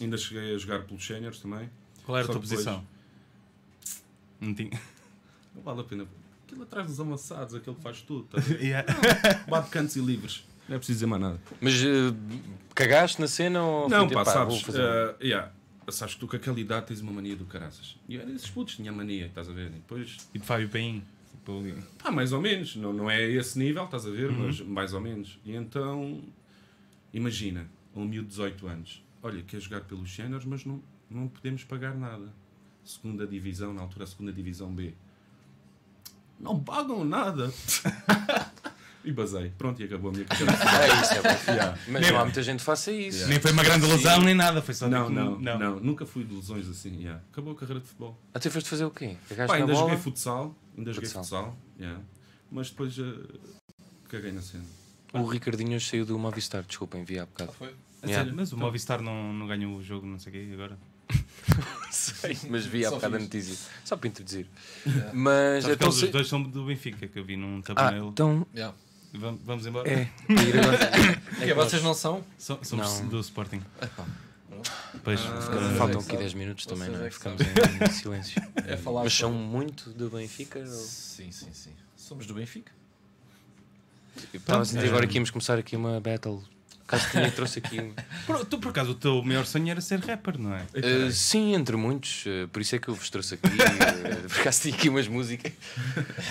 ainda cheguei a jogar pelos Séniores também. Qual era a Só tua depois. posição? Não tinha. Não vale a pena. Aquilo atrás dos amassados, aquele que faz tudo. tá a ver? Yeah. Bate cantos e livres. Não é preciso dizer mais nada. Mas eh, cagaste na cena ou Não, foi pá, tipo, pá, sabes, vou fazer? eh, yeah, sabes que tu com aquela idade tens uma mania do caraças. E eu era desses putos, tinha mania, estás a ver? E depois Tipo Fábio Paim. Tipo ali. Pá, Ah, mais ou menos, não, não é esse nível, estás a ver, Uhum. mas mais ou menos. E então, imagina, um miúdo de 18 anos, olha, quer jogar pelos seniors, mas não, não podemos pagar nada. Segunda divisão, na altura, a segunda divisão B. Não pagam nada. e basei. Pronto, e acabou a minha carreira. Ah, isso é bué. Yeah. Mas não há muita gente que faça isso. Nem foi uma grande lesão, nem nada. Foi só Não, tipo, não, não, nunca fui de lesões assim. yeah. Acabou a carreira de futebol. Até foste fazer o quê? Cagaste Pá, na ainda bola? joguei futsal, ainda joguei Futsal. futsal, yeah. mas depois eh, caguei na cena. O Ricardinho hoje saiu do Movistar, desculpa, enviei há Ah, bocado. foi? A É Yeah. sério, mas o Movistar não, não ganhou o jogo, não sei o quê, agora. Mas vi há Só bocado a fiz. notícia. Só para introduzir. Mas Sabes que então. eles os se- dois são do Benfica, que eu vi num Ah, thumbnail. então. Yeah. Vam- Vamos embora? É. para ir agora. É que vocês não são? So- somos Ah. Não. Ah. do Sporting. Epá, Pois, Vocês Faltam é que aqui 10 sabem. minutos também, Vocês não é é? que Ficamos em em silêncio. É falar. Mas são sobre- muito do Benfica? ou- Sim, sim, sim. Somos do Benfica. Eu Estava a sentir é. agora que íamos começar aqui uma battle. Caso tinha trouxe aqui um. uma. Por- tu, por acaso, o teu maior sonho era ser rapper, não é? Eh, sim, entre muitos, eh, por isso é que eu vos trouxe aqui. eh, por acaso tinha aqui umas músicas.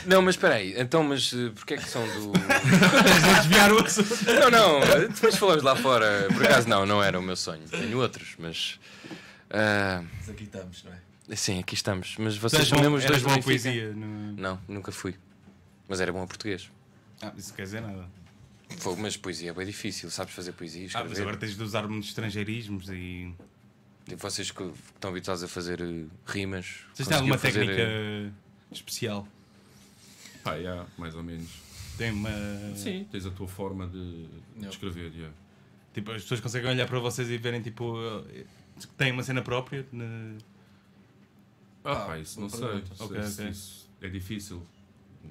Não, mas espera aí, então, mas eh, porquê é que são do. Vou desviar o assunto. Não, não, eh, depois falamos lá fora. Por acaso não, não era o meu sonho. Tenho outros, mas. ah, Mas aqui estamos, não é? sim, aqui estamos. Mas Tu vocês és são bom, mesmo os eras dois do bom a Benfica? poesia. No... Não, nunca fui. Mas era bom a português. Ah, isso quer dizer nada. Fogo, mas poesia é bem difícil, sabes fazer poesia. Ah, mas Escrever. agora tens de usar muitos estrangeirismos e. Tipo, vocês que que estão habituados a fazer eh, rimas. Vocês têm alguma conseguiam técnica fazer, eh, especial? Pá, yeah, mais ou menos. Tem uma. Sim. Tens a tua forma de, de Não. escrever. yeah. Tipo, as pessoas conseguem olhar para vocês e verem, tipo, eh, que têm uma cena própria. né? Ah, Ah, pá, isso boa não sei. pergunta. Isso- Ok, isso- ok. isso é difícil.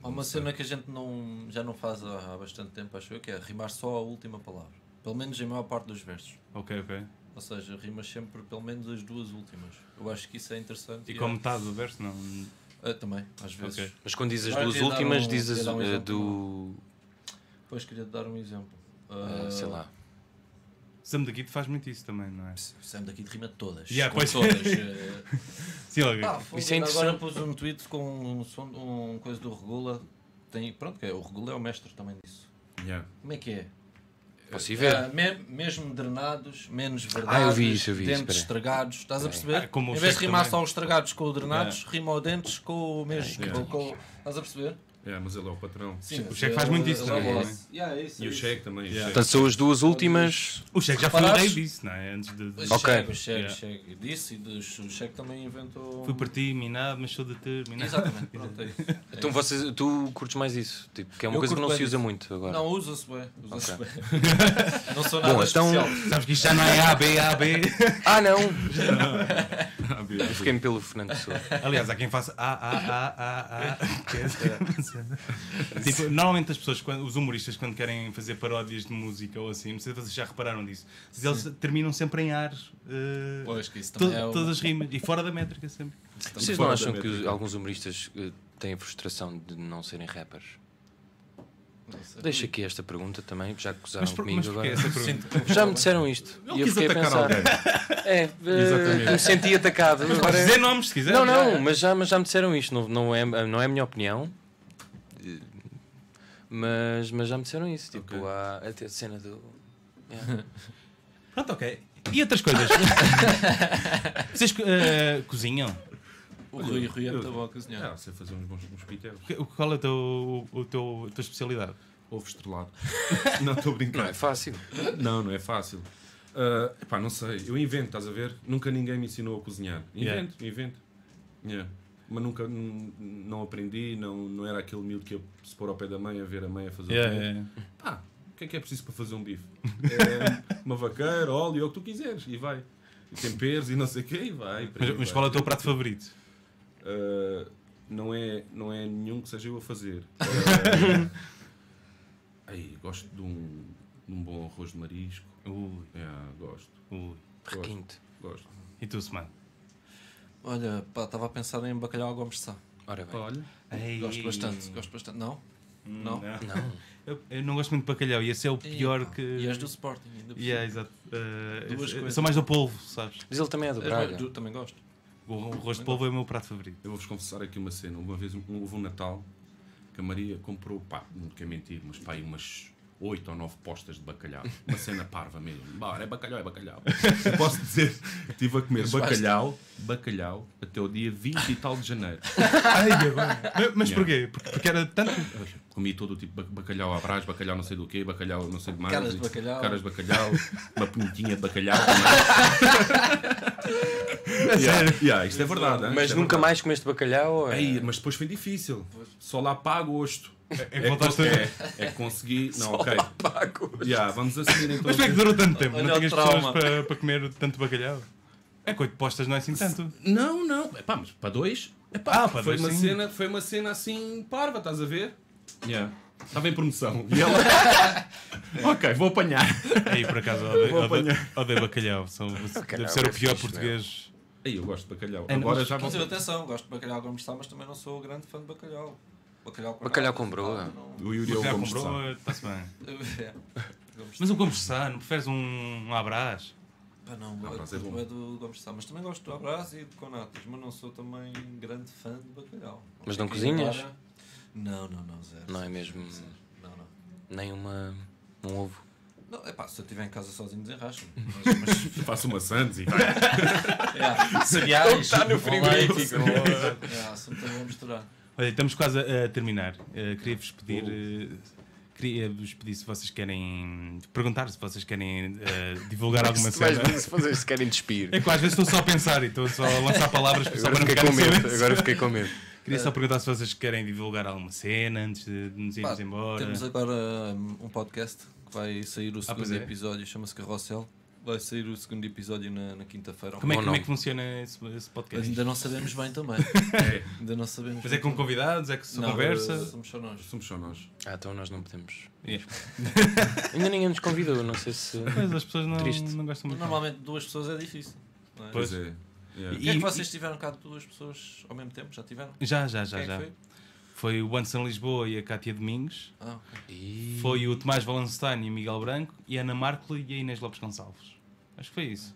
Há uma cena que a gente não, já não faz há, há bastante tempo, acho eu, que é rimar só a última palavra. Pelo menos em maior parte dos versos. Ok, ok. Ou seja, rimas sempre pelo menos as duas últimas. Eu acho que isso é interessante. E é- com a metade do verso, não. Ah, também, às vezes. Ok. Mas quando dizes Agora duas queria dar últimas, um- dizes queria dar um eh, exemplo. do. Depois queria te dar um exemplo. eh, Ah, sei lá. Sam daqui faz muito isso também, não é? Sam daqui de rima todas. Yeah, com pois. todas. eh, Sim, logo. Ah, fogo, Isso é agora interessante. pus um tweet com um, som, um coisa do Regula. Tem, pronto, que é, o Regula é o mestre também disso. Yeah. Como é que é? Posso ir ver? Ah, me- mesmo drenados, menos verdades, Ah, eu vi isso, eu vi isso, dentes peraí. estragados. Estás a perceber? Ah, como o em vez de chefe rimar também. É. só os estragados com o drenados, rima o dentes com o mesmo. Yeah. com- estás a perceber? Yeah, mas ele é o patrão. o Cheque faz muito isso também, não é? Yeah, é isso, E é o isso. cheque também. o Yeah. cheque. Portanto, são as duas últimas. é O Cheque já Reparaste? falei disso, não é? Antes de. de- O Ok. Cheque, o Cheque, Yeah. o Cheque disse e dos- o Cheque também inventou. um- Fui por ti, minado, mas sou de ter, minado. Exatamente, pronto, é isso. É Então isso. vocês, tu curtes mais isso, tipo, que é uma Eu coisa que curto não se bem usa isso. muito agora. Não, usa-se bem. Usa-se Ok. bem. não sou nada Bom, então- especial. Sabes que isto já não é A, B, A, B. Ah, não! vida. Ah, Eu fiquei-me pelo Fernando Pessoa. Aliás, há quem faça ah, ah, ah, ah, ah. que é- tipo, normalmente as pessoas, quando- os humoristas, quando querem fazer paródias de música ou assim, não sei se vocês já repararam disso, mas eles terminam sempre em ar. eh, Pois, que isso to- também é. o- Todas as rimas. E fora da métrica sempre. Vocês não fora da acham que métrica. alguns humoristas eh, têm a frustração de não serem rappers? não sei. Deixa aqui esta pergunta também, já que Mas, usaram por, comigo mas porquê agora. essa pergunta? Já me disseram isto. Não e eu quis fiquei a atacar pensar. alguém. É, eh, Exatamente. me senti atacado. Podes Agora- é dizer nomes se quiser. Não, não, mas já, mas já me disseram isto. Não, não, é, não é a minha opinião. eh, Mas, mas já me disseram isso. Tipo, Ok. há até a cena do. Pronto, ok. E outras coisas? Vocês eh, cozinham? O Rui, o Rui é Eu- muito bom a cozinhar. Ah, sei fazer uns bons uns piteiros. O que- Qual é a teu, o teu, a tua especialidade? Ovo estrelado. não, estou a Não brincar. é fácil. Não, não é fácil. Ah, epá, não sei. Eu invento, estás a ver? Nunca ninguém me ensinou a cozinhar. Invento, invento. Yeah. Mas nunca n- não aprendi, não, não era aquele miúdo que ia se pôr ao pé da mãe a ver a mãe a fazer o é bife. Pá, o que é que é preciso para fazer um bife? É uma vaqueira, óleo, é o que tu quiseres, e vai. E temperos e não sei o quê, e vai. por aí Mas, mas vai. qual é o teu prato favorito? Uh, não, é, não é nenhum que seja eu a fazer. Uh, aí, gosto de um, de um bom arroz de marisco. Ui, Yeah, gosto, ui. gosto, Requinte. gosto. E tu, Semana? Olha, pá, estava a pensar em bacalhau à Gomes de Sá. Ora bem. Olha, Gosto bastante, gosto bastante. Não? Não? Não. Eu, eu não gosto muito de bacalhau e esse é o pior E, pá, que. é E és do Sporting, ainda por Yeah, cima. exato. Uh, Duas esse- eu coisas. sou mais do polvo, sabes? Mas ele também é do És Braga. mais- tu também gosto. O, o arroz de polvo é o meu prato favorito. eu vou-vos confessar aqui uma cena. Uma vez um- houve um Natal que a Maria comprou, pá, não quer mentir, mas pá, aí umas 8 ou 9 postas de bacalhau. Uma cena parva mesmo. Bora, é bacalhau, é bacalhau. Eu posso dizer, estive a comer bacalhau, bacalhau, até o dia 20 e tal de janeiro. Mas, mas porquê? Porque, porque era tanto. Comi todo o tipo de ba- bacalhau à brás, bacalhau não sei do quê, bacalhau não sei de mais. Caras de e- bacalhau. Caras de bacalhau, uma punhetinha de bacalhau. também. yeah, yeah, isto é verdade. hein? Mas Isto é nunca verdade. mais comeste bacalhau? eh? Aí, mas depois foi difícil. Só lá pago gosto. é que voltaste a- é, é que consegui. Não, ok. Yeah, vamos assumir então. Mas como é que durou tanto tempo? Olha não o tinhas pessoas trauma. para, para comer tanto bacalhau? É que oito postas não é assim tanto. Não, não. Epá, mas para dois? Epá, foi, para dois, uma sim. cena, foi uma cena assim parva, estás a ver? Yeah. Estava em promoção. E ela. ok, vou apanhar. Aí por acaso odeio, Vou odeio, apanhar. odeio bacalhau. São, deve ser é o pior fixe, português. Aí eu gosto de bacalhau. É, não, Agora mas- já vão Mas eu, atenção, gosto de bacalhau à Gomes de Sá, mas também não sou grande fã de bacalhau. Bacalhau com, Bacalhau nada, com broa. não- O Yuri é o Já Gomes de Sá. comprou, está-se bem. É. Gomes de Mas um conversar, não preferes um, um abraço? Pá, não, Ah, mas é eu- bom. eu é do Gomes de Sá, mas também gosto do Abrás e de Conatas, mas não sou também grande fã de bacalhau. Mas não E cozinhas? agora- Não, não, não, zero. Não é zero, mesmo- zero. Não, não. Nem uma, um ovo. Não, é pá, se eu estiver em casa sozinho desenrasco-me. Mas, mas Faço uma Sands e vai. é, cereais, Está tá no frigorífico. é, se me tenho a misturar. Olha, estamos quase a, a terminar. Eh, Queria-vos pedir. Queria-vos pedir se vocês querem. perguntar se vocês querem eh, divulgar alguma cena. fazer se querem despir. É que às vezes estou só a pensar e estou só a lançar palavras só Agora para não fiquei ficarem com medo. silêncio. Agora fiquei com medo. Queria Eh, só perguntar se vocês querem divulgar alguma cena antes de de nos Pá, irmos embora. Temos agora hum, um podcast que vai sair o pois segundo é? episódio, chama-se Carrossel. Vai sair o segundo episódio na, na quinta-feira. Como é, Ou que- como é não. que funciona esse, esse podcast? Ainda não sabemos bem também. Ainda não sabemos. Mas é com convidados? É que se Não, eh, conversa? Somos só nós. Somos só nós. Ah, então nós não podemos. Yeah. Ainda ninguém nos convidou. Não sei se. Mas as pessoas não, Triste. não gostam muito. Normalmente duas pessoas é difícil. não é? Pois. Pois é. Yeah. E- E é que vocês tiveram cá duas pessoas ao mesmo tempo? Já tiveram? Já, já, já, Quem é que já. foi? Foi o Anderson Lisboa e a Cátia Domingos. Ah, ok. Ih, Foi o Tomás Valenstein e o Miguel Branco. E a Ana Marco e a Inês Lopes Gonçalves. Acho que foi isso.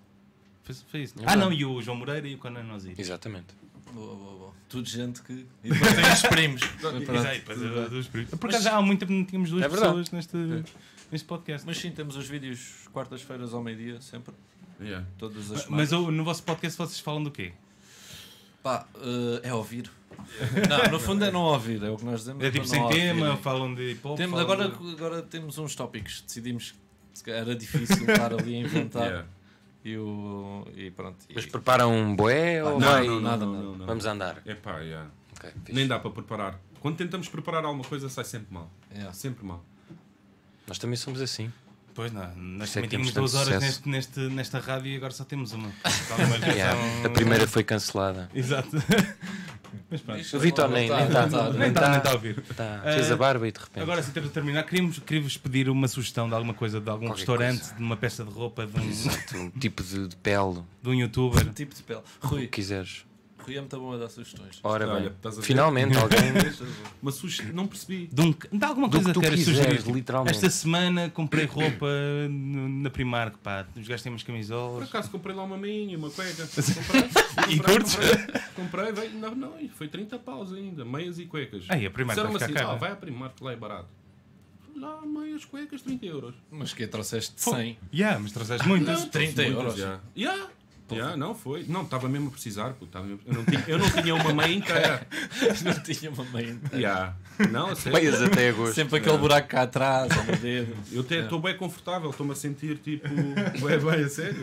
Foi, foi isso. É ah, verdade. não, e o João Moreira e o Conan Ozir. Exatamente. Boa, boa, boa. Tudo gente que. E depois tem os primos. Pronto, é tudo bem. Por acaso já há muito tempo não tínhamos duas É verdade. pessoas neste, É. neste podcast. Mas sim, temos os vídeos quartas-feiras ao meio-dia, sempre. Yeah. Todas as semanas. Mas eu- no vosso podcast vocês falam do quê? Pá, eh, é ouvir. Não, no fundo é não ouvir, é o que nós dizemos. É tipo mas sem não tema, ouvir. falam de hip hop. Temos, falam agora, de- agora temos uns tópicos. Decidimos que se calhar era difícil estar ali a inventar. Yeah. E, o, e pronto. E, Mas preparam um boé ou Não, vai? não, não. nada, Ah, não. Vamos andar. Epá, yeah. Ok, fixe. Nem dá para preparar. Quando tentamos preparar alguma coisa, sai É, sempre mal. yeah. Sempre mal. Nós também somos assim. Pois não, nós Isso é também que temos tínhamos duas tanto horas sucesso. neste, neste, nesta rádio e agora só temos uma. Por alguma razão- Yeah, A primeira foi cancelada. Exato. Mas pronto. Isto O Vitor nem- tá- nem tá- tá- nem Nem tá- está nem tá a ouvir. Tá, Eh, fez a barba e de repente. Agora, se temos a terminar, queríamos, queria-vos pedir uma sugestão de alguma coisa, de algum Qualquer restaurante, coisa. de uma peça de roupa, de um, Exato, um tipo de, de pele, de um youtuber. Tipo de pele. o que Rui, quiseres. Rui é muito bom a dar sugestões. Oh. Ora Olha, bem, estás a ver? finalmente alguém Uma sugestão, não percebi. De, um- de alguma do que coisa tu queres quiseres, sugerir. literalmente. Esta semana comprei roupa no- na Primark, pá. Os gajos têm umas Por camisolas. acaso comprei lá uma meia, uma cueca. Comprei, E comprei, curtes? Comprei, comprei veio- não, não, foi 30 paus ainda, meias e cuecas. Aí, a Primark Disseram-me vai assim, ficar cara. "Ah, vai à Primark, lá é barato. Lá, meias, cuecas, 30 euros. Mas que trouxeste 100. Yeah, mas trouxeste muitas. 30 euros. Já, já, já, não foi. Não, estava mesmo a precisar, puto, tava mesmo- eu, não tinha, eu não tinha uma meia inteira. Não tinha uma meia inteira. Já. Não, a sério. Meias até agosto. Sempre aquele buraco cá atrás, ao meu dedo. Eu até estou bem confortável, estou-me a sentir tipo. Bem, bem, a sério.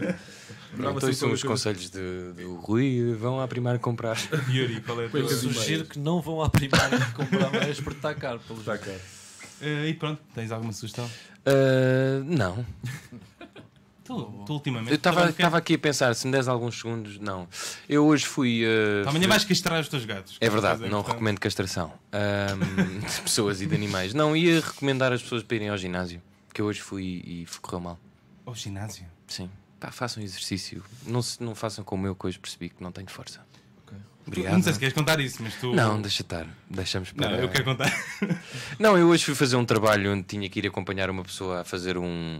Então, Brava assim isso são com os a cabeça. conselhos de, do Rui. Vão à primeira comprar. Yuri, qual é a tua? Eu sugiro que não vão à primária comprar meias porque está caro. Pelo Tá, cara. Eh, e pronto, tens alguma sugestão? Tá Ah, não. Tu, tu ultimamente. Eu estava também fica- estava aqui a pensar, se me des alguns segundos, não. Eu hoje fui. ah, Tá, Amanhã vais castrar os teus gatos. É verdade, Mas não então. importante. recomendo castração ahm, de pessoas e de animais. Não, ia recomendar as pessoas para irem ao ginásio, que eu hoje fui e f- correu mal. Ao ginásio. Sim. Pá, façam exercício. Não, se, não façam como eu, que hoje percebi que não tenho força. Ok. Obrigado. Não sei se queres contar isso, mas tu. Não, deixa estar. Deixamos para. Não, eu quero contar. Não, eu hoje fui fazer um trabalho onde tinha que ir acompanhar uma pessoa a fazer um-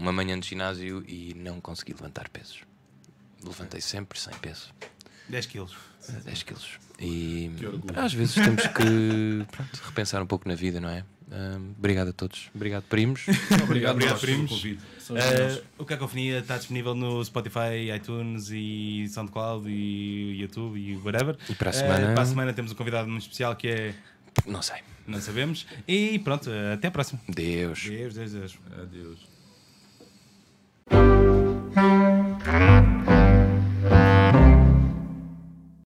uma manhã de ginásio e não consegui levantar pesos. Levantei sempre sem peso, 10 quilos. a 10 quilos. E Que orgulho. às vezes temos que pronto, repensar um pouco na vida, não é? Ahm, obrigado a todos, obrigado, primos. Obrigado, Obrigado, obrigado pelo primos. convite. São os Eh, meus. o Cacofonia está disponível no Spotify, iTunes e SoundCloud e YouTube e whatever. E para a Eh, semana? para a semana temos um convidado muito especial que é. Não sei. Não sabemos. E pronto, eh, até a próxima. Deus. Deus, Deus, Deus. Adeus.